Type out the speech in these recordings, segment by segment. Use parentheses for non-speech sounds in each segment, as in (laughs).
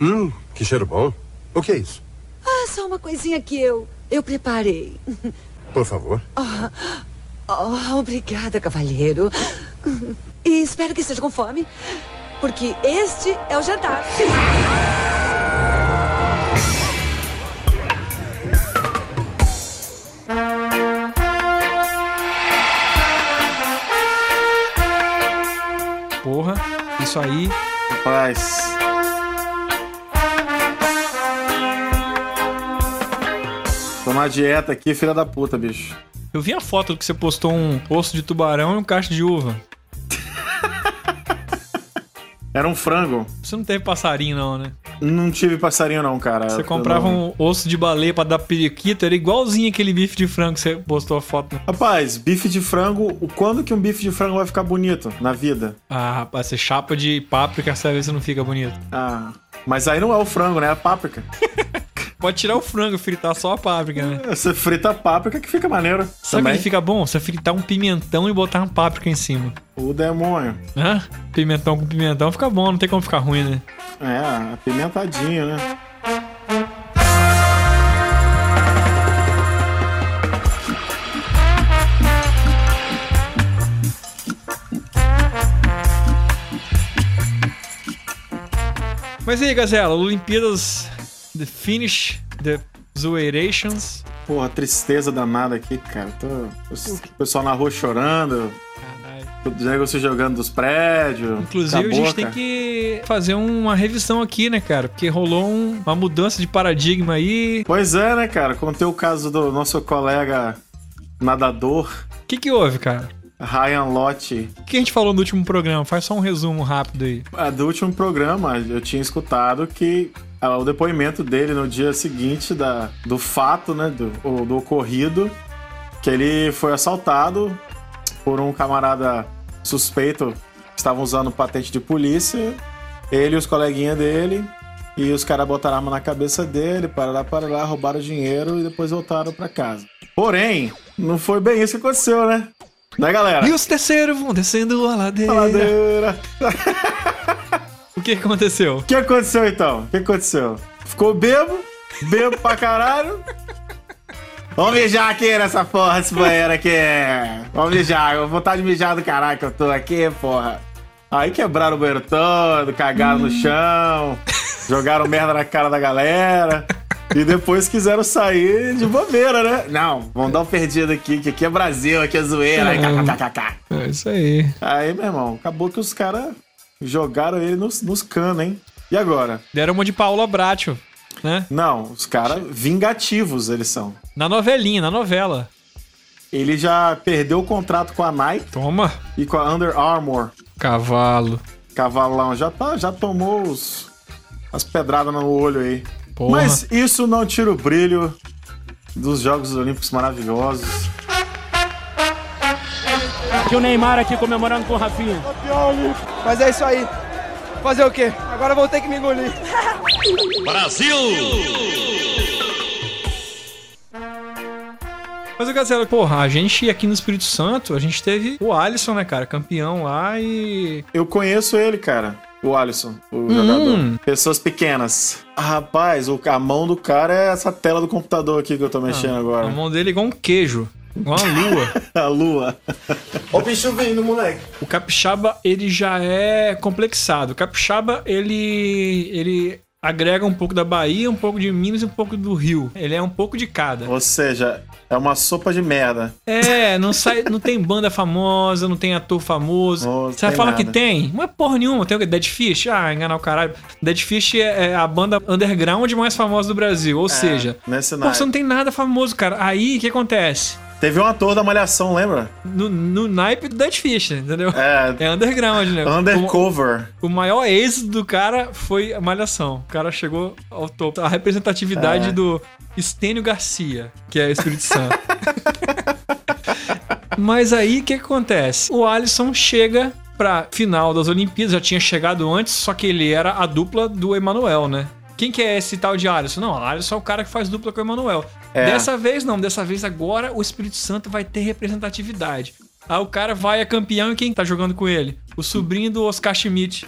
Hum, que cheiro bom. O que é isso? Ah, só uma coisinha que eu. Eu preparei. Por favor. Oh, obrigada, cavalheiro. E espero que esteja com fome, porque este é o jantar. Porra, isso aí. Paz. Tomar dieta aqui, filha da puta, bicho. Eu vi a foto que você postou um osso de tubarão e um cacho de uva. Era um frango. Você não teve passarinho, não, né? Não tive passarinho, não, cara. Você Eu comprava não- um osso de baleia pra dar periquito, era igualzinho aquele bife de frango que você postou a foto. Rapaz, bife de frango, o- quando que um bife de frango vai ficar bonito na vida? Ah, rapaz, você chapa de páprica, essa vez você não fica bonito. Ah. Mas aí não é o frango, né? É a páprica. Pode tirar o frango e fritar só a páprica, né? Você frita a páprica que fica maneiro. Sabe o Também. que fica bom? Você fritar um pimentão e botar uma páprica em cima. O demônio. Hã? Pimentão com pimentão fica bom, não tem como ficar ruim, né? É, apimentadinho, né? Mas e aí, Gazela, Olimpíadas, the finish, the zoeirations. Porra, tristeza danada aqui, cara. Tô... O pessoal na rua chorando, Caralho. o Diego se jogando dos prédios. Inclusive, Acabou, a gente tem cara. que fazer uma revisão aqui, né, cara? Porque rolou um- uma mudança de paradigma aí. Pois é, né, cara? Como tem o caso do nosso colega nadador, O que, que houve, cara? Ryan Lochte. O que a gente falou no último programa? Faz só um resumo rápido aí. Ah, Do último programa, eu tinha escutado que ah, o depoimento dele no dia seguinte da, do fato, né, do, o- do ocorrido, que ele foi assaltado por um camarada suspeito que estava usando patente de polícia. Ele e os coleguinhas dele. E os caras botaram a arma na cabeça dele, parará, parará, roubaram o dinheiro e depois voltaram pra casa. Porém, não foi bem isso que aconteceu, né? Né, galera? E os terceiros vão descendo a ladeira. Faladeira. O que que aconteceu? O que aconteceu então? O que aconteceu? Ficou bebo? Bebo pra caralho? Vamos mijar aqui nessa porra, esse banheiro aqui. Vamos mijar, vontade de mijar do caralho que eu tô aqui, porra. Aí quebraram o banheiro todo, cagaram no chão, jogaram merda na cara da galera. E depois quiseram sair de bobeira, né? Não, vamos dar um perdido aqui, que aqui é Brasil, aqui é zoeira. Aí, kkkk. É isso aí. Aí, meu irmão, acabou que os caras jogaram ele nos, nos canos, hein? E agora? Deram uma de Paula Bracho, né? Não, os caras vingativos eles são. Na novelinha, na novela. Ele já perdeu o contrato com a Nike Toma, e com a Under Armour. cavalo. Cavalão já tá, já tomou os, as pedradas no olho aí. Porra. Mas isso não tira o brilho dos Jogos Olímpicos maravilhosos. E o Neymar aqui comemorando com o Rafinha. Mas é isso aí. Fazer o quê? Agora vou ter que me engolir. Mas o Gazela, porra, a gente aqui no Espírito Santo, a gente teve o Alisson, né, cara? Campeão lá e. Eu conheço ele, cara. O Alisson, o Hum. jogador. Pessoas pequenas. Ah, rapaz, o, a mão do cara é essa tela do computador aqui que Ah, eu tô mexendo agora. A mão dele é igual um queijo, igual uma lua. (laughs) A lua. Ó o bicho vindo, moleque. O capixaba, ele já é complexado. O capixaba, ele. ele agrega um pouco da Bahia, um pouco de Minas e um pouco do Rio. Ele é um pouco de cada. Ou seja, é uma sopa de merda. É, não sai, não tem banda famosa, não tem ator famoso. Não Você vai Oh, tem falar nada. que tem? Não é porra nenhuma. Tem o quê? Dead Fish? Ah, enganar o caralho. Dead Fish é, é a banda underground mais famosa do Brasil. Ou seja, É, Nesse pô, você naipe. não tem nada famoso, cara. Aí, o que acontece? Teve um ator da Malhação, lembra? No, no naipe do Dead Fish, entendeu? É. É underground, né? Undercover. O maior êxito do cara foi a Malhação. O cara chegou ao topo. A representatividade É. do Estênio Garcia, que é Espírito (laughs) Santo. Mas aí o que que acontece? O Alisson chega pra final das Olimpíadas, já tinha chegado antes, só que ele era a dupla do Emanuel, né? Quem que é esse tal de Alisson? Não, Alisson é o cara que faz dupla com o Emanuel. É. Dessa vez não, dessa vez agora o Espírito Santo vai ter representatividade. Aí o cara vai a campeão e quem tá jogando com ele? O sobrinho do Oscar Schmidt.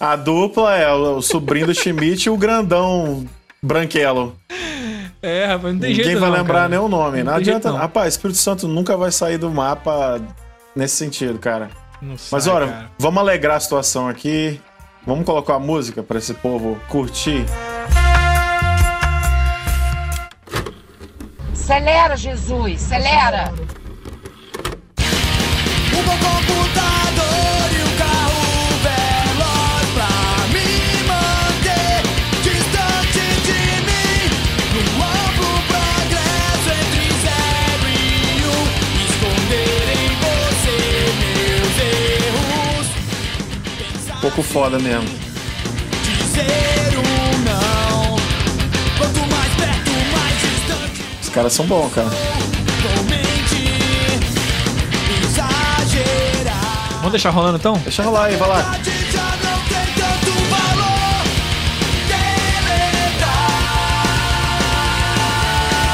A dupla é o o sobrinho do Schmidt e o grandão branquelo. É, rapaz, não tem Ninguém jeito vai não, lembrar cara. nem o nome. Não, Não tem jeito adianta. não. Rapaz, Espírito Santo nunca vai sair do mapa nesse sentido, cara. Não Mas sai, olha, cara. vamos alegrar a situação aqui. Vamos colocar a música pra esse povo curtir. Acelera, Jesus, acelera. O bom computador e o carro veloz pra me manter distante de mim. No amplo progresso entre zero e um, esconder em você meus erros. Um Pouco foda mesmo. Dizer um não. Quanto mais perto, mais distante. Os caras são bons, cara. Vou mentir, exagerar. Vamos deixar rolando então? Deixa rolar aí, vai lá. Verdade já não tem tanto valor. Deletar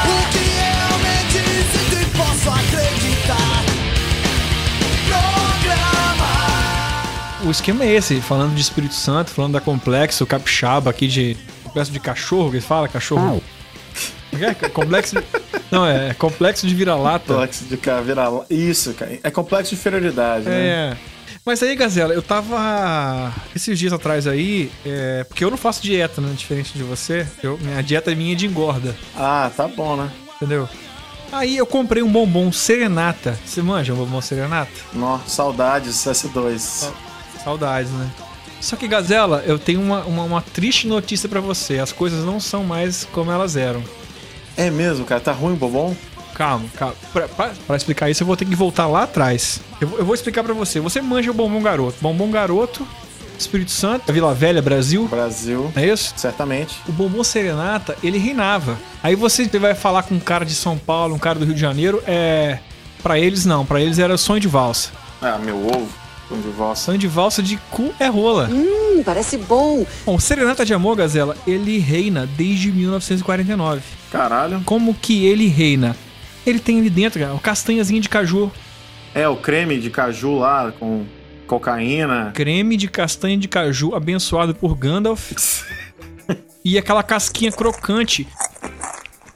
o que realmente sinto e posso acreditar. Programar O esquema é esse, falando de Espírito Santo, falando da Complexo, Capixaba aqui de... Complexo de cachorro, que eles falam? Cachorro... É, complexo... Não, é complexo de vira-lata. Complexo de cara virar. Isso, cara. É complexo de inferioridade, né? É. Mas aí, Gazela, eu tava. Esses dias atrás aí, é, porque eu não faço dieta, né? Diferente de você. Eu, minha dieta minha é de engorda, Ah, tá bom, né? entendeu? Aí eu comprei um bombom serenata. Você manja um bombom serenata? Nossa, saudades CS2. Saudades, né? Só que, Gazela, eu tenho uma, uma, uma triste notícia pra você. As coisas não são mais como elas eram. É mesmo, cara. Tá ruim, bobão? Calma, calma. Pra, pra- pra explicar isso, eu vou ter que voltar lá atrás. Eu, vou- eu vou explicar pra você. Você manja o bombom garoto. Bombom garoto, Espírito Santo, Vila Velha, Brasil. Brasil, Não é isso? certamente. o bombom serenata, ele reinava. Aí você vai falar com um cara de São Paulo, um cara do Rio de Janeiro, é. Pra eles não, pra eles era sonho de valsa. Ah, meu ovo. Pão de valsa. Sonho de valsa de cu é rola. Hum, parece bom. Bom, Serenata de Amor, Gazela, ele reina desde 1949. Caralho. Como que ele reina? Ele tem ali dentro, cara, uma castanhazinha de caju, É, o creme de caju lá com cocaína. creme de castanha de caju abençoado por Gandalf e aquela casquinha crocante.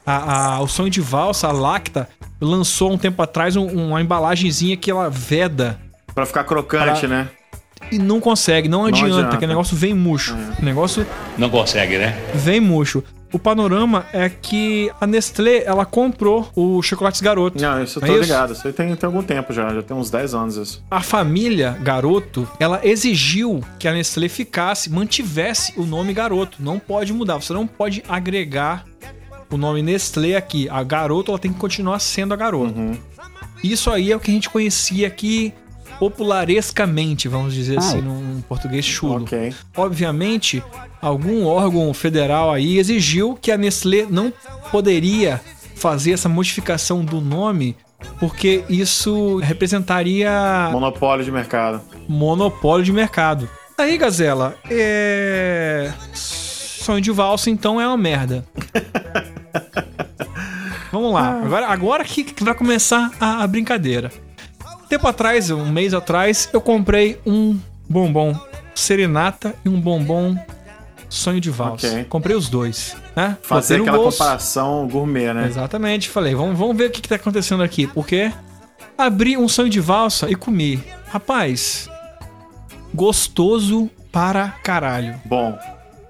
A, a- o sonho de valsa, a Lacta, lançou há um tempo atrás um- uma embalagenzinha que ela veda Pra ficar crocante, né? e não consegue, não adianta, adianta. É. que o negócio vem murcho. O negócio Não consegue, né? vem murcho. O panorama é que a Nestlé, ela comprou o Chocolates Garoto. Não, isso eu Não tô é isso? ligado. Isso aí tem, tem algum tempo já. Já tem uns 10 anos isso. A família Garoto, ela exigiu que a Nestlé ficasse, mantivesse o nome Garoto. Não pode mudar, você não pode agregar o nome Nestlé aqui. A Garoto, ela tem que continuar sendo a Garoto. Uhum. Isso aí é o que a gente conhecia aqui popularescamente, vamos dizer assim, num português chulo. Ok. Obviamente, algum órgão federal aí exigiu que a Nestlé não poderia fazer essa modificação do nome, porque isso representaria Monopólio de mercado. monopólio de mercado. Aí, Gazela, é. Sonho de valsa, então, é uma (laughs) merda. Vamos Ah. lá. Agora, agora que que vai começar a, a brincadeira. Tempo atrás, um mês atrás, eu comprei um bombom serenata e um bombom sonho de valsa. Ok. Comprei os dois, né? Botei Fazer no aquela bolso. comparação gourmet, né? Exatamente, falei, vamos, vamos ver o que, que tá acontecendo aqui, porque abri um sonho de valsa e comi. Rapaz, gostoso para caralho. Bom,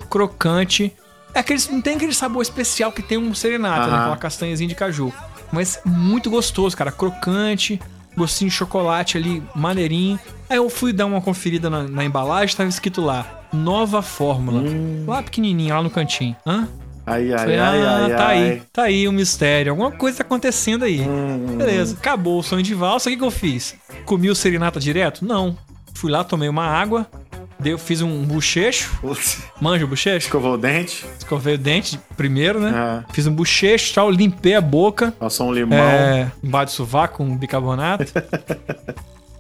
Crocante. É aqueles, não tem aquele sabor especial que tem um serenata, né? Aham. Aquela castanhazinha de caju. Mas muito gostoso, cara. Crocante, gostinho de chocolate ali, maneirinho. Aí eu fui dar uma conferida na, na embalagem, tava escrito lá, nova fórmula. Lá pequenininho, lá no cantinho. Hã? aí, Falei, aí, ah, aí, ai, tá ai. Hum. aí, tá aí o mistério. Alguma coisa tá acontecendo aí. Beleza, acabou o sonho de valsa. O que, que eu fiz? Comi o serenata direto? Não. Fui lá, tomei uma água, dei, fiz um bochecho. Putz, (laughs) Manja o bochecho? Escovou o dente, Escovei o dente primeiro, né? É. Fiz um bochecho, tal, limpei a boca. passou um limão. É, embaixo do sovaco, um bicarbonato.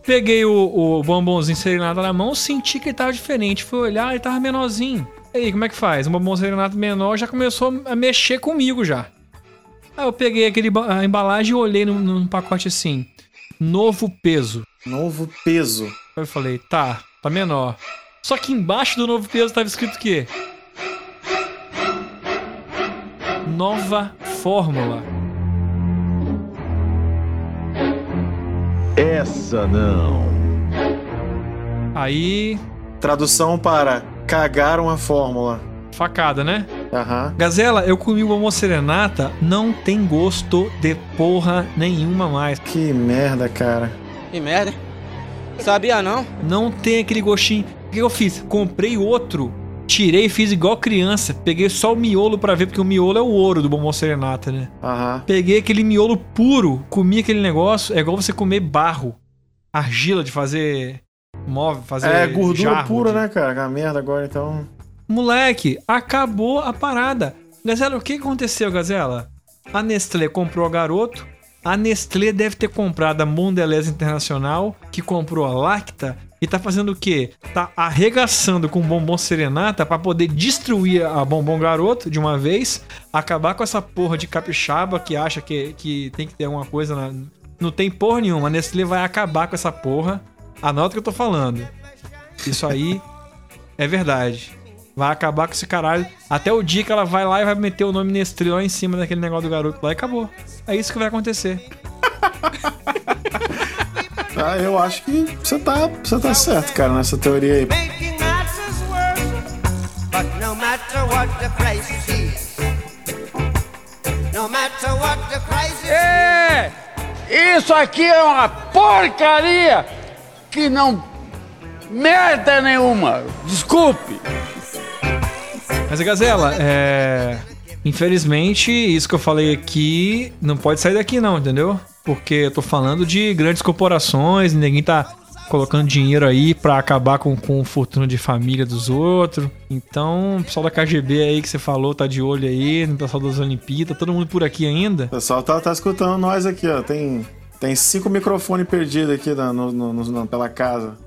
Peguei o, o bombonzinho serenata na mão, senti que ele tava diferente. Fui olhar, ele tava menorzinho. E aí, como é que faz? Um bombom serenata menor já começou a mexer comigo já. Aí eu peguei aquele, ba- a embalagem e olhei num, num pacote assim. Novo peso. Novo peso. Aí eu falei, tá, tá menor. Só que embaixo do novo peso estava escrito o quê? Nova fórmula. Essa não. Aí, Tradução para cagaram a fórmula. facada, né? Aham. Gazela, eu comi uma mocerenata, não tem gosto de porra nenhuma mais. Que merda, cara. Que merda. Sabia não? Não tem aquele gostinho. O que eu fiz? Comprei outro, tirei e fiz igual criança. Peguei só o miolo pra ver, porque o miolo é o ouro do bom mocerenata, né? Aham. Peguei aquele miolo puro, comi aquele negócio, é igual você comer barro, argila de fazer móvel, fazer É gordura jarro pura, de- né, cara? A merda agora, então. Moleque, acabou a parada. Gazela, o que aconteceu, Gazela? A Nestlé comprou a garoto. A Nestlé deve ter comprado a Mondelez Internacional, que comprou a Lacta, e tá fazendo o quê? Tá arregaçando com o bombom serenata pra poder destruir a bombom garoto de uma vez, acabar com essa porra de capixaba que acha que, que tem que ter alguma coisa. Na... Não tem porra nenhuma. A Nestlé vai acabar com essa porra. Anota o que eu tô falando. Isso aí é verdade. Vai acabar com esse caralho. Até o dia que ela vai lá e vai meter o nome Nestlé lá em cima daquele negócio do garoto lá e acabou. É isso que vai acontecer. Ah, eu acho que você tá, você tá certo, cara, nessa teoria aí. Making nights is work, but no matter what the price is, no matter what the price is. Isso aqui é uma porcaria que não. Merda nenhuma! Desculpe! Mas, Gazela, é. Infelizmente, isso que eu falei aqui não pode sair daqui, não, entendeu? Porque eu tô falando de grandes corporações, ninguém tá colocando dinheiro aí pra acabar com, com o fortuna de família dos outros. Então, o pessoal da KGB aí que você falou tá de olho aí, o pessoal das Olimpíadas, tá todo mundo por aqui ainda. O pessoal tá, tá escutando nós aqui, ó. Tem, tem cinco microfones perdidos aqui na, no- no- no- na- pela casa.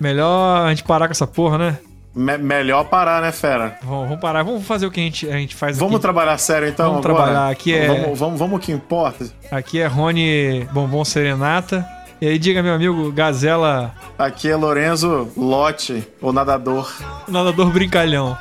Melhor a gente parar com essa porra, né? Me- melhor parar, né, fera? Vamos, vamos parar, vamos fazer o que a gente, a gente faz Vamos aqui. trabalhar sério então Vamos agora? trabalhar, aqui é- Vamos, vamos, vamos o que importa. Aqui é Rony Bombom Serenata. E aí, diga, meu amigo, Gazela, Aqui é Lorenzo Lotte, o nadador. nadador brincalhão.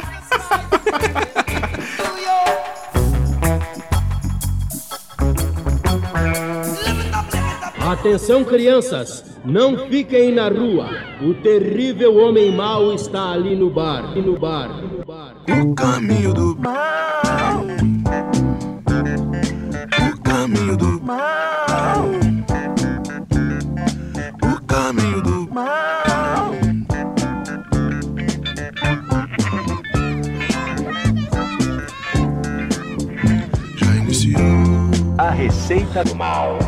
Atenção, crianças! Não fiquem na rua. O terrível homem mau está ali no bar. E no bar. e no bar. A receita do mal.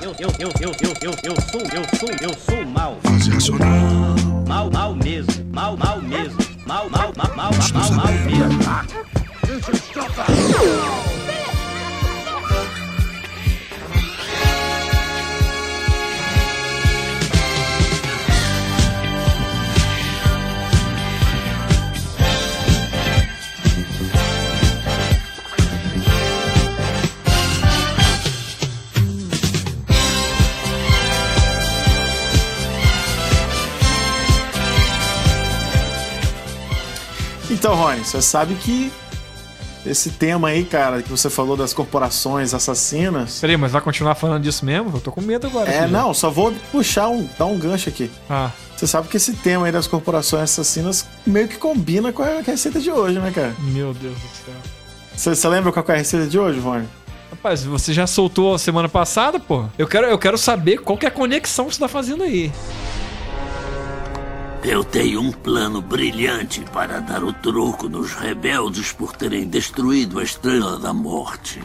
Eu, eu, eu, eu, eu, eu, eu sou, eu sou, eu sou mal. Mal, mal mesmo. Mal, mal mesmo. Mal, mal, mal, mal, mal, mal mesmo. Então, Rony, você sabe que esse tema aí, cara, que você falou das corporações assassinas. Peraí, mas vai continuar falando disso mesmo? Eu tô com medo agora. É, filho. não, só vou puxar um, dar um gancho aqui. Ah, Você sabe que esse tema aí das corporações assassinas meio que combina com a receita de hoje, né, cara? meu Deus do céu. Você você lembra qual que é a receita de hoje, Rony? Rapaz, você já soltou a semana passada, pô? Eu quero, eu quero saber qual que é a conexão que você tá fazendo aí. Eu tenho um plano brilhante para dar o troco nos rebeldes por terem destruído a Estrela da Morte.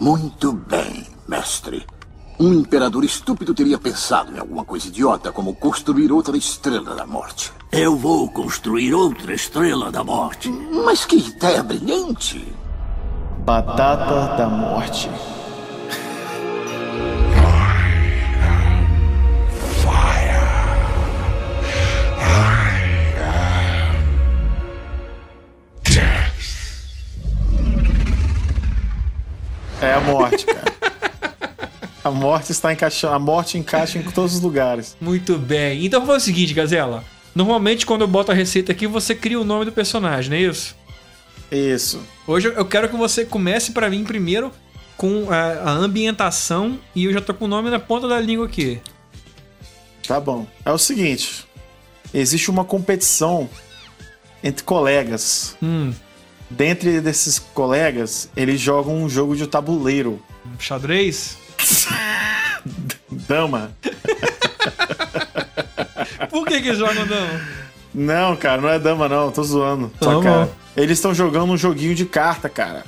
Muito bem, mestre. Um imperador estúpido teria pensado em alguma coisa idiota como construir outra estrela da morte. Eu vou construir outra Estrela da Morte. Mas que ideia brilhante! Batata da morte. É a morte, cara. A morte está encaixando. A morte encaixa em todos os lugares. Muito bem. Então vamos fazer o seguinte, Gazela. Normalmente, quando eu boto a receita aqui, você cria o nome do personagem, não é isso? Isso. Hoje eu quero que você comece pra mim primeiro com a, a ambientação e eu já tô com o nome na ponta da língua aqui. Tá bom. É o seguinte: existe uma competição entre colegas. Hum, Dentre desses colegas, eles jogam um jogo de tabuleiro. xadrez? Dama. Por que que joga não? Não, cara, não é dama, não. Tô zoando. Só, Tá cara, bom. eles estão jogando um joguinho de carta, cara.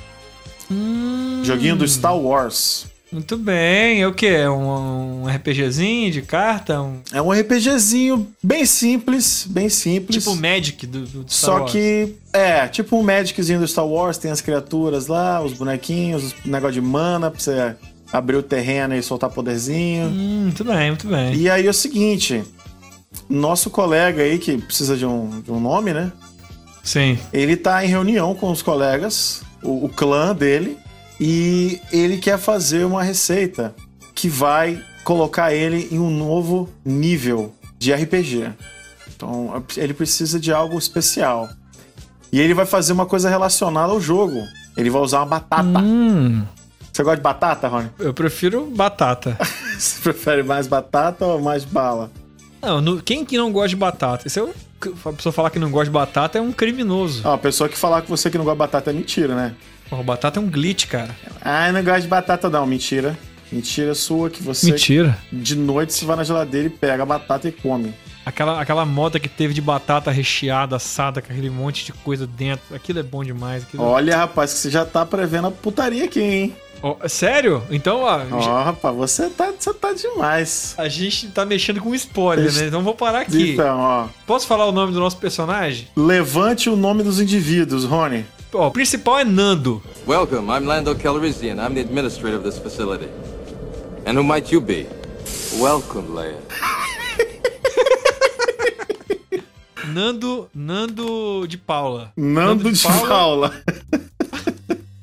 Hum. Joguinho do Star Wars. Muito bem. É o quê? Um, um RPGzinho de carta? Um, É um RPGzinho bem simples, bem simples. tipo Magic do, do do Star Só Wars. que, é, tipo um Magiczinho do Star Wars, tem as criaturas lá, os bonequinhos, os negócio de mana pra você abrir o terreno e soltar poderzinho. Hum, muito bem, muito bem. E aí é o seguinte, nosso colega aí, que precisa de um, de um nome, né? Sim. Ele tá em reunião com os colegas, o, o clã dele, e ele quer fazer uma receita que vai colocar ele em um novo nível de RPG. Então ele precisa de algo especial. E ele vai fazer uma coisa relacionada ao jogo. Ele vai usar uma batata. Hum, Você gosta de batata, Rony? (laughs) eu prefiro batata. Você prefere mais batata ou mais bala? Não, no- quem que não gosta de batata? Isso é um, a pessoa falar que não gosta de batata é um criminoso. Ó, a pessoa que falar com você que não gosta de batata é mentira, né? Porra, batata é um glitch, cara. Ah, eu não gosto de batata, não. Mentira. Mentira sua que você. Mentira. De noite você vai na geladeira e pega a batata e come. Aquela, aquela moda que teve de batata recheada, assada, com aquele monte de coisa dentro. Aquilo é bom demais. aquilo- Olha, rapaz, que você já tá prevendo a putaria aqui, hein? Ó, sério? Então, ó, Ó, rapaz, você tá, você tá demais. a gente tá mexendo com spoiler, né? Então vou parar aqui. Então, ó. Posso falar o nome do nosso personagem? Levante o nome dos indivíduos, Rony. Ó, o principal é Nando. Welcome, I'm Lando Calrissian. I'm the administrator of this facility. And who might you be? Welcome, Leia. Nando. Nando de Paula. Nando de Paula.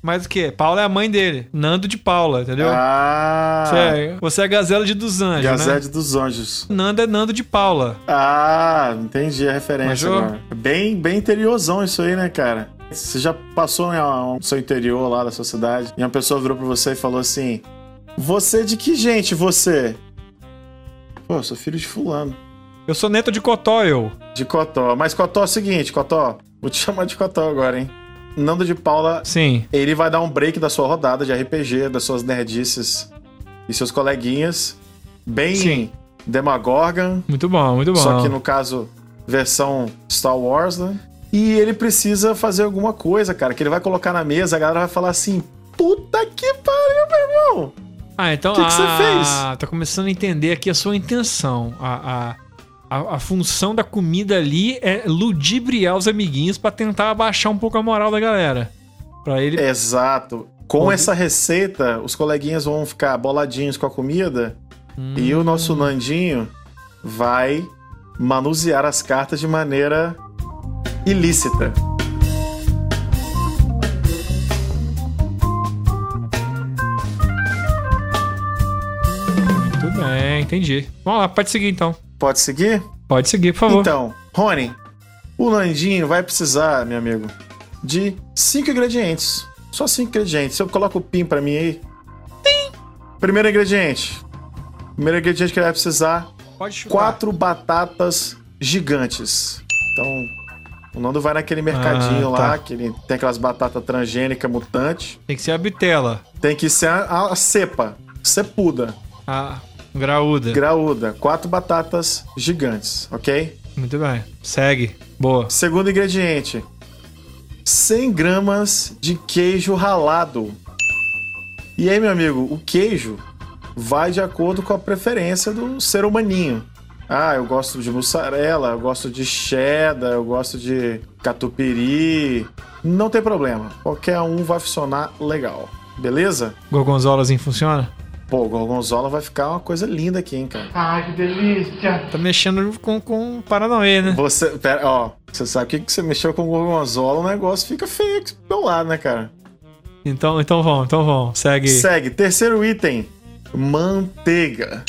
Mas o quê? Paula é a mãe dele. Nando de Paula, entendeu? Ah. Sério. Você é a gazela de dos anjos, né? Gazete dos Anjos. Nando é Nando de Paula. Ah, entendi a referência Manjou? agora. É Bem, bem interiorzão isso aí, né, cara? Você já passou né, no seu interior lá da sua cidade e uma pessoa virou pra você e falou assim: Você de que gente você? Pô, eu sou filho de fulano. Eu sou neto de Cotó, eu. De Cotó. Mas Cotó é o seguinte, Cotó, vou te (laughs) chamar de Cotó agora, hein? Nando de Paula, Sim. ele vai dar um break da sua rodada de RPG, das suas nerdices e seus coleguinhas. Bem Sim. Demagorgon, Muito bom, muito bom. só que no caso, versão Star Wars, né? E ele precisa fazer alguma coisa, cara, que ele vai colocar na mesa, a galera vai falar assim: puta que pariu, meu irmão! Ah, então. Que que você ah, Tô começando a entender aqui a sua intenção. A, a, a, a função da comida ali é ludibriar os amiguinhos pra tentar abaixar um pouco a moral da galera. Pra ele. É. Exato. Com Bom, essa receita, os coleguinhas vão ficar boladinhos com a comida e o nosso Hum. Nandinho vai manusear as cartas de maneira ilícita. Muito bem, entendi. Vamos lá, pode seguir então. Pode seguir? Pode seguir, por favor. Então, Rony, o Nandinho vai precisar, meu amigo, de cinco ingredientes. Só cinco ingredientes. Eu coloco o PIN pra mim aí. Primeiro ingrediente. Primeiro ingrediente que ele vai precisar: pode chutar. quatro batatas gigantes. Então, o Nando vai naquele mercadinho Ah, tá. lá, que ele tem aquelas batatas transgênicas mutante. Tem que ser a bitela. Tem que ser a, a cepa, cepuda, A graúda. graúda. Quatro batatas gigantes, ok? Muito bem. Segue. Boa. Segundo ingrediente: 100 gramas de queijo ralado. E aí, meu amigo, o queijo vai de acordo com a preferência do ser humaninho. Ah, eu gosto de mussarela, eu gosto de cheddar, eu gosto de catupiry. Não tem problema, qualquer um vai funcionar legal, beleza? Gorgonzolazinho funciona? Pô, gorgonzola vai ficar uma coisa linda aqui, hein, cara. Tá mexendo com, com Paranauê, né? Você, pera, ó, você sabe que que você mexeu com gorgonzola, o negócio fica feio aqui do meu lado, né, cara? Então, então vamos, então vamos. Segue. Segue, terceiro item: Manteiga.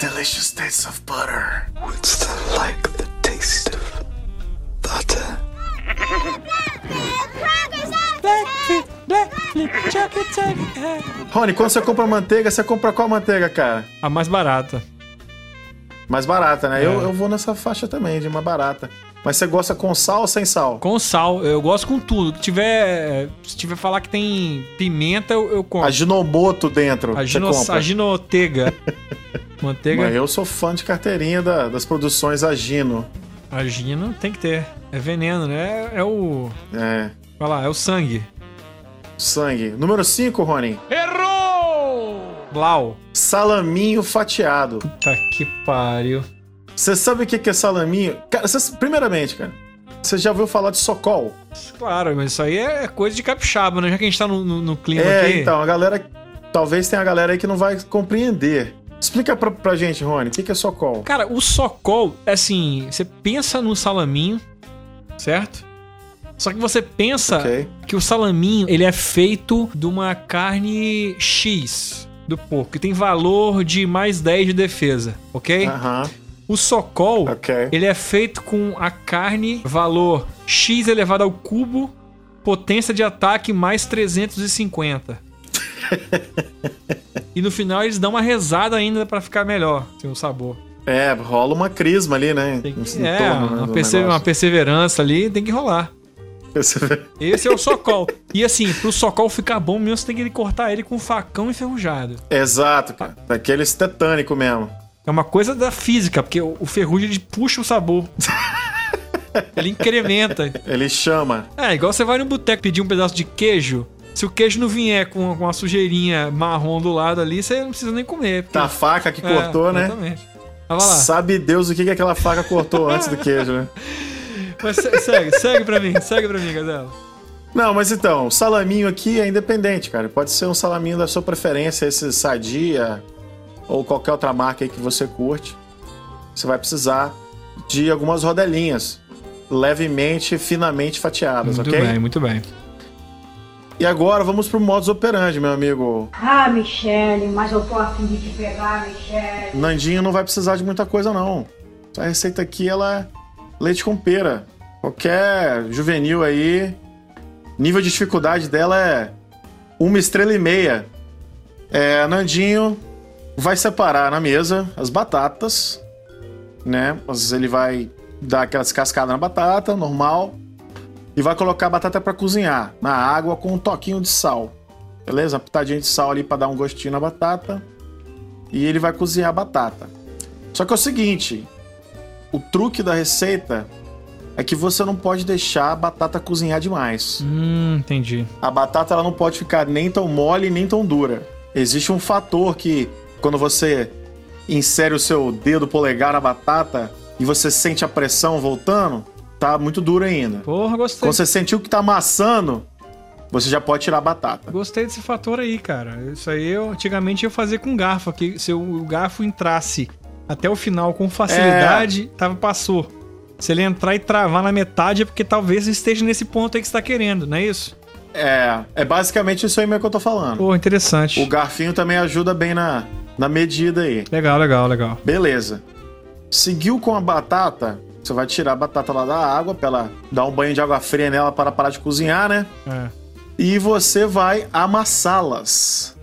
Delicious taste of butter. What's the like the taste of butter? Blackfeet, Blackfeet, chocolate cake. Rony, quando você compra manteiga, você compra qual manteiga, cara? A mais barata. Mais barata, né? É. Eu, eu vou nessa faixa também, de uma barata. Mas você gosta com sal ou sem sal? Com sal, eu gosto com tudo. Que tiver, se tiver falar que tem pimenta, eu, eu compro. Aginomoto dentro. A, você gino, compra. a (laughs) ginotega. Manteiga. Mas eu sou fã de carteirinha da- das produções Agino. A gino tem que ter. É veneno, né? É, é o. É. Vai lá, é o sangue. Sangue. Número 5, Rony. Errou! Blau. Salaminho fatiado. Puta que pariu. Você sabe o que que é salaminho? Cara, você- primeiramente, cara, você já ouviu falar de socol? Claro, mas isso aí é coisa de capixaba, né? Já que a gente tá no, no- no clima É, aqui. então, a galera. Talvez tenha a galera aí que não vai compreender. Explica pra, pra gente, Rony, o que, que é socol? Cara, o socol, assim, você pensa no salaminho, certo? Só que você pensa Ok. que o salaminho, ele é feito de uma carne X do porco, que tem valor de mais 10 de defesa, ok? Aham. O socol, Ok. ele é feito com a carne valor X elevado ao cubo, potência de ataque mais 350. e no final eles dão uma rezada ainda pra ficar melhor, tem um sabor. É, rola uma crisma ali, né? Tem É, uma, perse- uma perseverança ali tem que rolar. Esse é o socol. e assim, pro socol ficar bom mesmo, você tem que cortar ele com um facão enferrujado. Exato, cara. Daqueles tetânico mesmo. É uma coisa da física, porque o o ferrugem ele puxa o sabor. (laughs) ele incrementa. Ele chama. É, igual você vai no boteco pedir um pedaço de queijo. Se o queijo não vier com com uma sujeirinha marrom do lado ali, você não precisa nem comer. porque- Tá a faca que É, cortou, né? Exatamente. Mas vai lá. Sabe Deus o que, que aquela faca cortou antes do queijo, né? Mas se- segue, segue pra mim, segue pra mim, Gazela. Não, mas então, o salaminho aqui é independente, cara. Pode ser um salaminho da sua preferência, esse Sadia ou qualquer outra marca aí que você curte. Você vai precisar de algumas rodelinhas, levemente, finamente fatiadas, Muito ok? bem, muito bem. E agora vamos pro modus operandi, meu amigo. Ah, Michele, mas eu tô afim de te pegar, Michele. Nandinho não vai precisar de muita coisa, não. Essa receita aqui, ela é leite com pera. Qualquer juvenil aí, nível de dificuldade dela é uma estrela e meia. É, Nandinho vai separar na mesa as batatas, né? Mas ele vai dar aquelas cascadas na batata, normal. E vai colocar a batata pra cozinhar na água com um toquinho de sal. Beleza? Uma pitadinha de sal ali pra dar um gostinho na batata e ele vai cozinhar a batata. Só que é o seguinte, o truque da receita é que você não pode deixar a batata cozinhar demais. Hum, entendi. A batata ela não pode ficar nem tão mole nem tão dura. Existe um fator que quando você insere o seu dedo polegar na batata e você sente a pressão voltando, tá muito dura ainda. Porra, gostei. Quando você sentiu que tá amassando, você já pode tirar a batata. Gostei desse fator aí, cara. Isso aí eu antigamente eu fazia com garfo, que se o garfo entrasse até o final com É. facilidade, tava passou. Se ele entrar e travar na metade é porque talvez esteja nesse ponto aí que você tá querendo, não é isso? É, é basicamente isso aí mesmo que eu tô falando. Pô, interessante. O garfinho também ajuda bem na, na medida aí. Legal, legal, legal. Beleza. Seguiu com a batata. Você vai tirar a batata lá da água pra ela dar um banho de água fria nela para parar de cozinhar, né? É. E você vai amassá-las.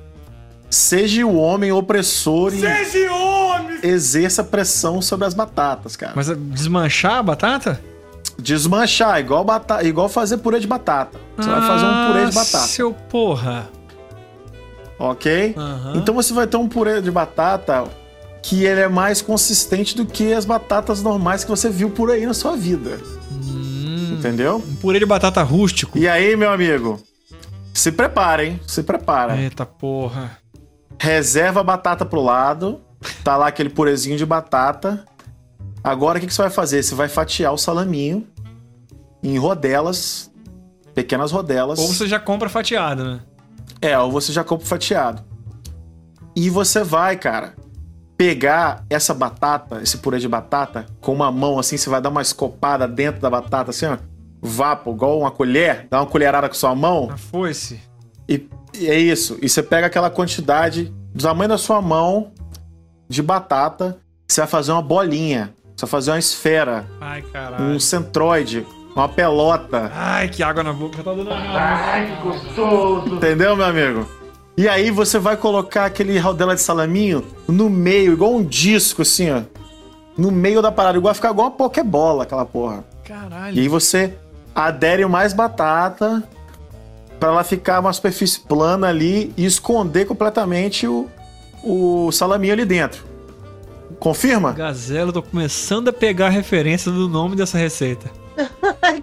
Seja o homem opressor e homem! exerça pressão sobre as batatas, cara. Mas é, desmanchar a batata? Desmanchar, igual, bata... igual fazer purê de batata. Você vai fazer um purê de Ah, batata. Seu porra. ok? Então você vai ter um purê de batata que ele é mais consistente do que as batatas normais que você viu por aí na sua vida. Entendeu? Um purê de batata rústico. E aí, meu amigo? Se prepara, hein? Se prepara. Eita porra. Reserva a batata pro lado. Tá lá aquele purezinho de batata. Agora o que, que você vai fazer? Você vai fatiar o salaminho em rodelas, pequenas rodelas. Ou você já compra fatiado, né? É, ou você já compra fatiado. E você vai, cara, pegar essa batata, esse purê de batata, com uma mão assim, você vai dar uma escopada dentro da batata, assim, ó. Vapo, igual uma colher, dá uma colherada com sua mão. Foi-se. E, e é isso. E você pega aquela quantidade do tamanho da sua mão de batata, você vai fazer uma bolinha. Você vai fazer uma esfera. Ai, caralho. Um centroide. Uma pelota. Ai, que água na boca. Tá dando Ai, que gostoso. Entendeu, meu amigo? E aí você vai colocar aquele rodela de salaminho no meio, igual um disco, assim, ó. No meio da parada. Igual, vai ficar igual uma pokebola, aquela porra. Caralho. E aí você adere mais batata pra ela ficar uma superfície plana ali e esconder completamente o, o salaminho ali dentro. Confirma? Gazela, eu tô começando a pegar a referência do nome dessa receita.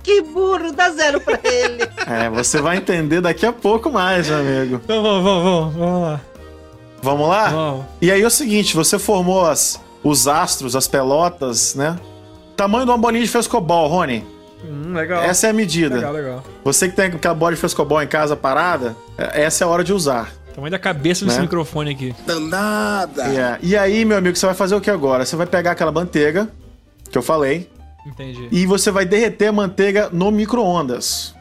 que burro, dá zero pra ele. É, você vai entender daqui a pouco mais, meu amigo. Então vamos, vamos, vamos, vamos lá. Vamos lá? Ah. E aí é o seguinte, você formou as, os astros, as pelotas, né? Tamanho de uma bolinha de frescobol, Rony. Hum, legal. Essa é a medida. Legal, legal. Você que tem aquela bola de frescobol em casa parada, é- essa é a hora de usar. Tamanho da cabeça desse Né? microfone aqui. Danada! Yeah. É. E aí, meu amigo, você vai fazer o que agora? Você vai pegar aquela manteiga que eu falei Entendi. e você vai derreter a manteiga no micro-ondas.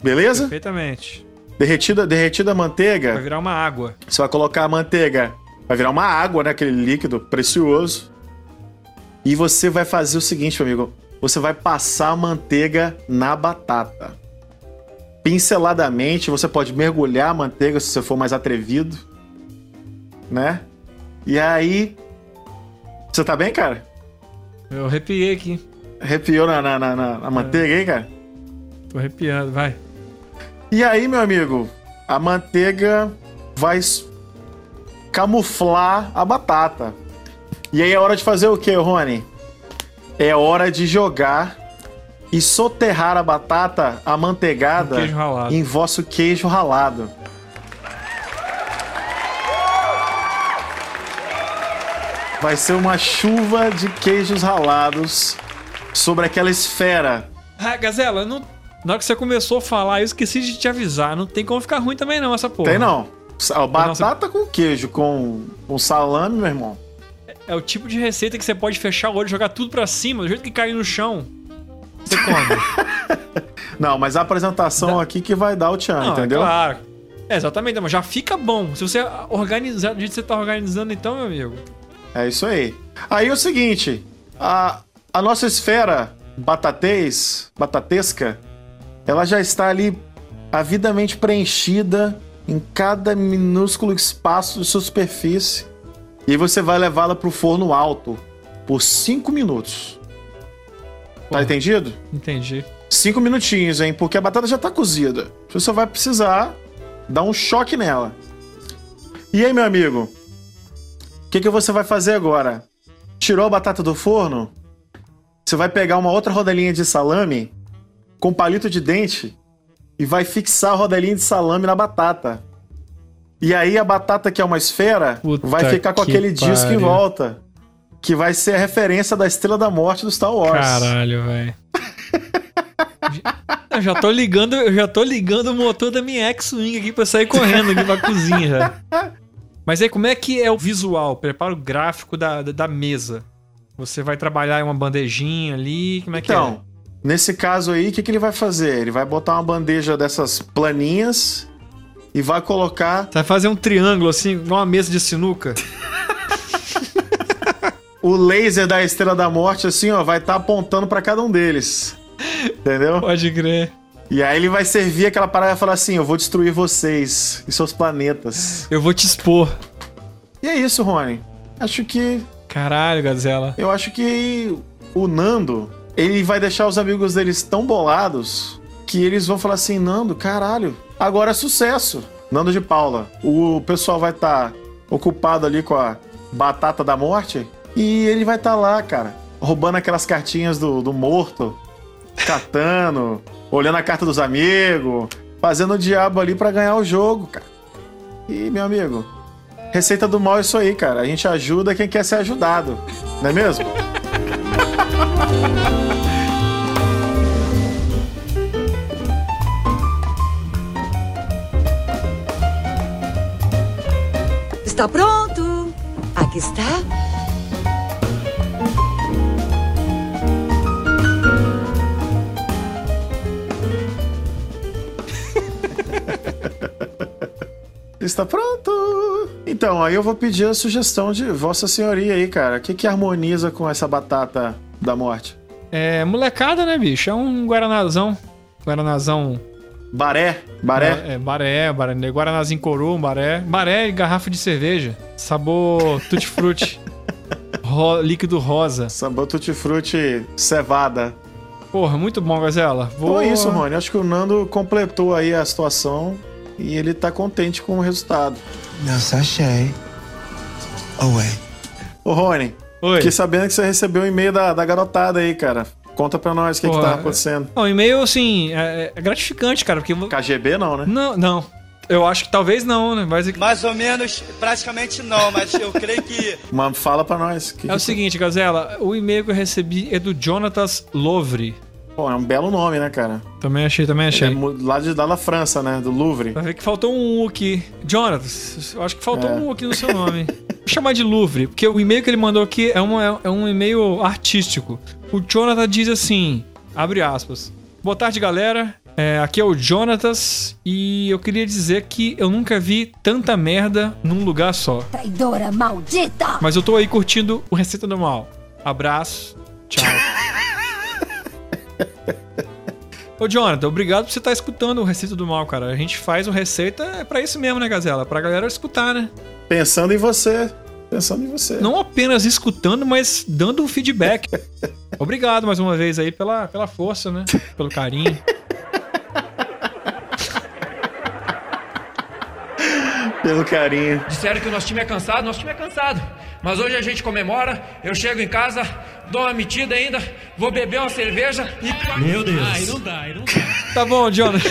Beleza? Perfeitamente. Derretida, derretida a manteiga. Vai virar uma água. Você vai colocar a manteiga, vai virar uma água, né? Aquele líquido precioso. E você vai fazer o seguinte, meu amigo. Você vai passar a manteiga na batata. Pinceladamente, você pode mergulhar a manteiga se você for mais atrevido, né? E aí. Você tá bem, cara? Eu arrepiei aqui. Arrepiou na, na, na, na- na manteiga, hein, cara? Tô arrepiando, vai. E aí, meu amigo, a manteiga vai s- camuflar a batata. E aí é hora de fazer o que, Rony? É hora de jogar e soterrar a batata amanteigada No queijo ralado. em vosso queijo ralado. Vai ser uma chuva de queijos ralados sobre aquela esfera. Ah, Gazela, não... na hora que você começou a falar, eu esqueci de te avisar. Não tem como ficar ruim também não essa porra. Tem não. Sa- Batata com queijo, com, com salame, meu irmão. É o tipo de receita que você pode fechar o olho, jogar tudo pra cima, do jeito que cair no chão. Não, mas a apresentação aqui que vai dar o tchan, Não, é entendeu? claro. É, exatamente, mas já fica bom. Se você organizar do jeito que você tá organizando, então, meu amigo. É isso aí. Aí é o seguinte, a, a nossa esfera batatês, batatesca, ela já está ali avidamente preenchida em cada minúsculo espaço de sua superfície. E você vai levá-la para o forno alto por 5 minutos. Tá entendido? Entendi. Cinco minutinhos, hein? Porque a batata já tá cozida. Você só vai precisar dar um choque nela. E aí, meu amigo? O que, que você vai fazer agora? Tirou a batata do forno? Você vai pegar uma outra rodelinha de salame com palito de dente e vai fixar a rodelinha de salame na batata. E aí a batata, que é uma esfera, vai ficar com que aquele disco em pariu. volta. Que vai ser a referência da Estrela da Morte do Star Wars. Caralho, velho. (laughs) Eu já tô ligando, eu já tô ligando o motor da minha X-Wing aqui pra sair correndo aqui pra cozinha já. Mas aí, como é que é o visual? Prepara o gráfico da, da, da mesa. Você vai trabalhar em uma bandejinha ali, como é que Então, nesse caso aí, o que, que ele vai fazer? Ele vai botar uma bandeja dessas planinhas e vai é? colocar Você vai fazer um triângulo assim, igual uma mesa de sinuca? o laser da Estrela da Morte, assim, ó, vai estar apontando pra cada um deles. Entendeu? Pode crer. E aí ele vai servir aquela parada e vai falar assim: eu vou destruir vocês e seus planetas. Eu vou te expor. E é isso, Rony. Acho que. Caralho, Gazela. Eu acho que o Nando, ele vai deixar os amigos deles tão bolados que eles vão falar assim: Nando, caralho, agora é sucesso. Nando de Paula. O pessoal vai estar ocupado ali com a batata da morte e ele vai estar lá, cara, roubando aquelas cartinhas do, do morto, catando, (laughs) olhando a carta dos amigos, fazendo o diabo ali pra ganhar o jogo, cara. E, meu amigo, receita do mal é isso aí, cara. A gente ajuda quem quer ser ajudado, não é mesmo? Está pronto. Aqui está. Está pronto! Então, aí eu vou pedir a sugestão de Vossa Senhoria aí, cara. O que, que harmoniza com essa batata da morte? É molecada, né, bicho? É um guaranazão. Guaranazão. Baré? Baré? É, é baré, baré. Guaranazinho coroa, um baré. Baré e garrafa de cerveja. Sabor (laughs) tutti-frutti. Ro- líquido rosa. Sabor tutti-frutti cevada. Porra, muito bom, Gazela. Vou... Então é isso, Rony. Acho que o Nando completou aí a situação e ele tá contente com o resultado. Now sashay away. Ô, Rony. Oi. Fiquei sabendo que você recebeu um e-mail da, da garotada aí, cara. Conta pra nós o que, que Porra, tá acontecendo. Não, e-mail, assim, é, é gratificante, cara, porque... KGB não, né? Não, não. Eu acho que talvez não, né? Mas... Mais ou menos, praticamente não, mas eu creio que. Mas fala pra nós. Que É o seguinte, Gazela, o e-mail que eu recebi é do Jonatas Lovre. Pô, é um belo nome, né, cara? Também achei, também achei. Ele é mu- lá de lá da França, né? Do Louvre. Vai ver que faltou um U aqui. Jonatas, eu acho que faltou É. um U aqui no seu nome. Vou chamar de Louvre, porque o e-mail que ele mandou aqui é, uma, é um e-mail artístico. O Jonathan diz assim, abre aspas. Boa tarde, galera. É, aqui é o Jonatas e eu queria dizer que eu nunca vi tanta merda num lugar só. Traidora maldita! Mas eu tô aí curtindo o Receita do Mal. Abraço, tchau. Ô, Jonathan, obrigado por você estar escutando o Receita do Mal, cara. A gente faz o Receita é pra isso mesmo, né, Gazela? Pra galera escutar, né? Pensando em você. Pensando em você. Não apenas escutando, mas dando um feedback. obrigado mais uma vez aí pela, pela força, né? Pelo carinho. Pelo carinho. Disseram que o nosso time é cansado, nosso time é cansado. Mas hoje a gente comemora, eu chego em casa, dou uma metida ainda, vou beber uma cerveja e. Meu Deus. Ai, não dá, aí não (laughs) dá. Tá bom, Jonathan.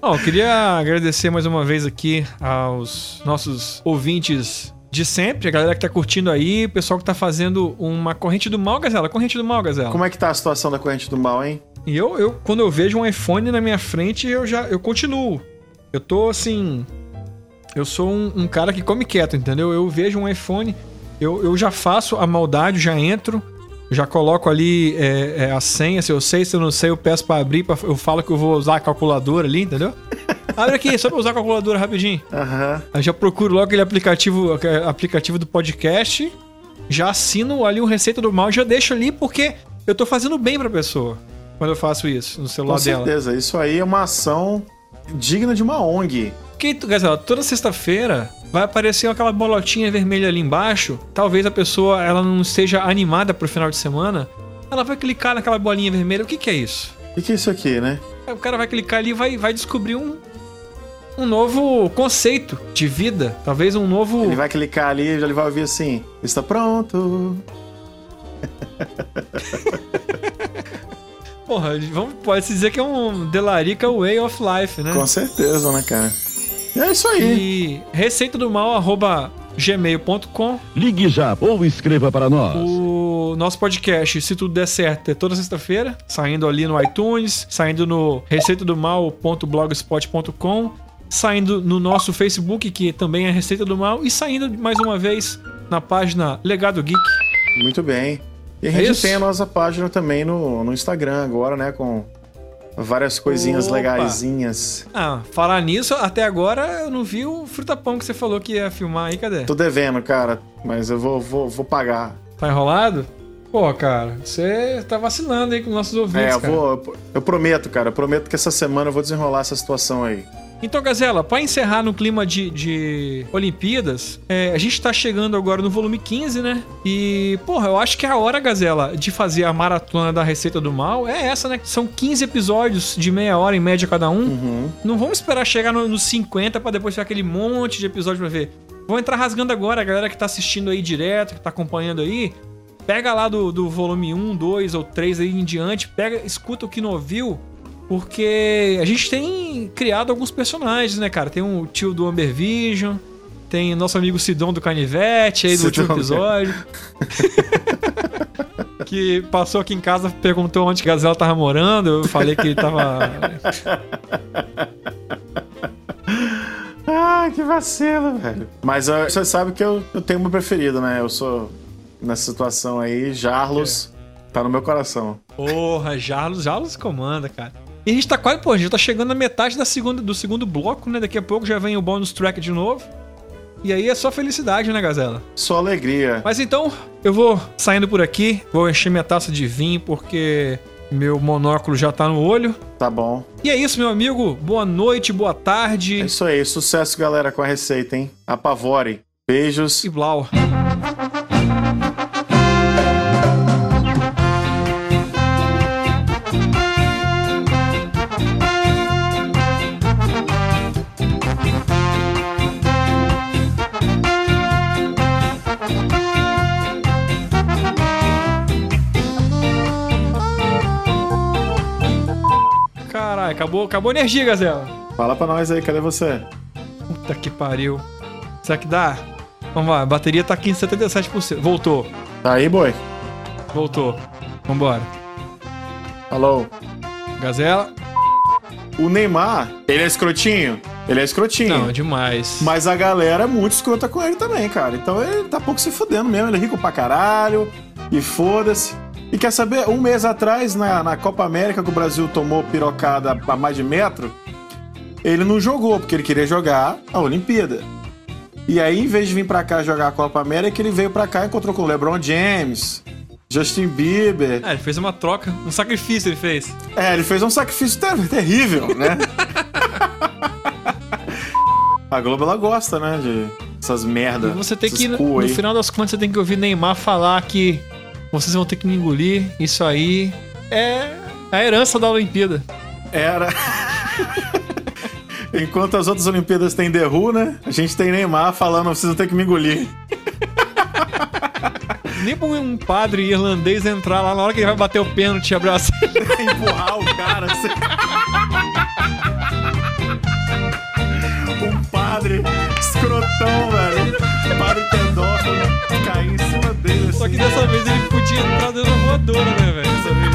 Bom, eu queria agradecer mais uma vez aqui aos nossos ouvintes de sempre, a galera que tá curtindo aí, o pessoal que tá fazendo uma corrente do mal, Gazela, corrente do mal, Gazela. Como é que tá a situação da corrente do mal, hein? E eu, eu, quando eu vejo um iPhone na minha frente, eu já, eu continuo. Eu tô assim, eu sou um, um cara que come quieto, entendeu? Eu vejo um iPhone, eu, eu já faço a maldade, já entro, já coloco ali é, é, a senha, se eu sei, se eu não sei, eu peço pra abrir, pra- eu falo que eu vou usar a calculadora ali, entendeu? (laughs) Abre aqui, só pra usar a calculadora rapidinho. Aham. Aí já procuro logo aquele aplicativo, aquele aplicativo do podcast, já assino ali o Receita do Mal, já deixo ali porque eu tô fazendo bem pra pessoa quando eu faço isso no celular Com dela. certeza. Isso aí é uma ação digna de uma ONG. Porque, Gazela, toda sexta-feira vai aparecer aquela bolotinha vermelha ali embaixo. Talvez a pessoa ela não esteja animada pro final de semana. Ela vai clicar naquela bolinha vermelha. O que, que é isso? O que, que é isso aqui, né? Aí o cara vai clicar ali e vai, vai descobrir um, um novo conceito de vida. Talvez um novo. Ele vai clicar ali e ele vai ouvir assim: está pronto. Porra, vamos, pode-se dizer que é um Delarica Way of Life, né? Com certeza, né, cara? É isso aí. E receita do mal, arroba gmail.com. Ligue já ou escreva para nós. O nosso podcast, se tudo der certo, é toda sexta-feira, saindo ali no iTunes, saindo no receitadomal.blogspot.com, saindo no nosso Facebook, que também é Receita do Mal, e saindo mais uma vez na página Legado Geek. Muito bem. E a É gente isso? tem a nossa página também no, no Instagram agora, né? Com várias coisinhas Opa. legaisinhas. Ah, falar nisso, até agora eu não vi o frutapão que você falou que ia filmar aí, cadê? Tô devendo, cara, mas eu vou, vou, vou pagar. Tá enrolado? Pô, cara, você tá vacilando aí com nossos ouvintes, É, eu, cara. vou, eu prometo, cara. Eu prometo que essa semana eu vou desenrolar essa situação aí. Então, Gazela, pra encerrar no clima de, de Olimpíadas, é, a gente tá chegando agora no volume 15, né? E, porra, eu acho que é a hora, Gazela, de fazer a maratona da Receita do Mal é essa, né? São 15 episódios de meia hora em média cada um. Uhum. Não vamos esperar chegar no- nos 50 pra depois ter aquele monte de episódio pra ver. Vou entrar rasgando agora, a galera que tá assistindo aí direto, que tá acompanhando aí. Pega lá do, do volume 1, 2 ou 3 aí em diante, pega, escuta o que não ouviu, porque a gente tem criado alguns personagens, né, cara? Tem o tio do Amber Vision, tem nosso amigo Sidon do Canivete aí do último Sidão. episódio. (laughs) que passou aqui em casa, perguntou onde que a Gazela tava morando, eu falei que tava Ah, que vacilo, velho. Mas ah, você sabe que eu, eu tenho uma preferida, né? Eu sou. Nessa situação aí, Jarlos tá no meu coração. Porra, Jarlos, Jarlos comanda, cara. E a gente tá quase, pô, a gente tá chegando na metade da segunda, do segundo bloco, né? Daqui a pouco já vem o bônus track de novo. E aí é só felicidade, né, Gazela? Só alegria. Mas então, eu vou saindo por aqui, vou encher minha taça de vinho porque meu monóculo já tá no olho. Tá bom. E é isso, meu amigo. Boa noite, boa tarde. É isso aí. Sucesso, galera, com a receita, hein? Apavorem. Beijos. E blau. Caralho, acabou, acabou a energia, Gazela. Fala pra nós aí, cadê você? Puta que pariu. Será que dá? Vamos lá, a bateria tá aqui em 77%. Voltou. Tá aí, boi? Voltou. Vambora. Alô? Gazela? O Neymar, ele é escrotinho? Ele é escrotinho. Não, demais. Mas a galera é muito escrota com ele também, cara. Então ele tá pouco se fudendo mesmo. Ele é rico pra caralho. E foda-se. E quer saber, um mês atrás, na, na Copa América, que o Brasil tomou pirocada a mais de metro, ele não jogou, porque ele queria jogar a Olimpíada. E aí, em vez de vir pra cá jogar a Copa América, ele veio pra cá e encontrou com o LeBron James, Justin Bieber. É, ele fez uma troca, um sacrifício ele fez. É, ele fez um sacrifício ter terrível, (laughs) né? a Globo, ela gosta, né, de essas merdas. Você tem que, no, no final das contas, você tem que ouvir Neymar falar que vocês vão ter que me engolir. Isso aí é a herança da Olimpíada. Era. (laughs) Enquanto as outras Olimpíadas têm The Who, né? A gente tem Neymar falando, vocês vão ter que me (laughs) engolir. Nem pra um padre irlandês entrar lá na hora que ele vai bater o pênalti e abraçar Empurrar o cara assim. um padre escrotão, velho. Padre pedófilo cair em cima dele. assim. Só que dessa vez ele podia entrar dando uma voadora, né, velho?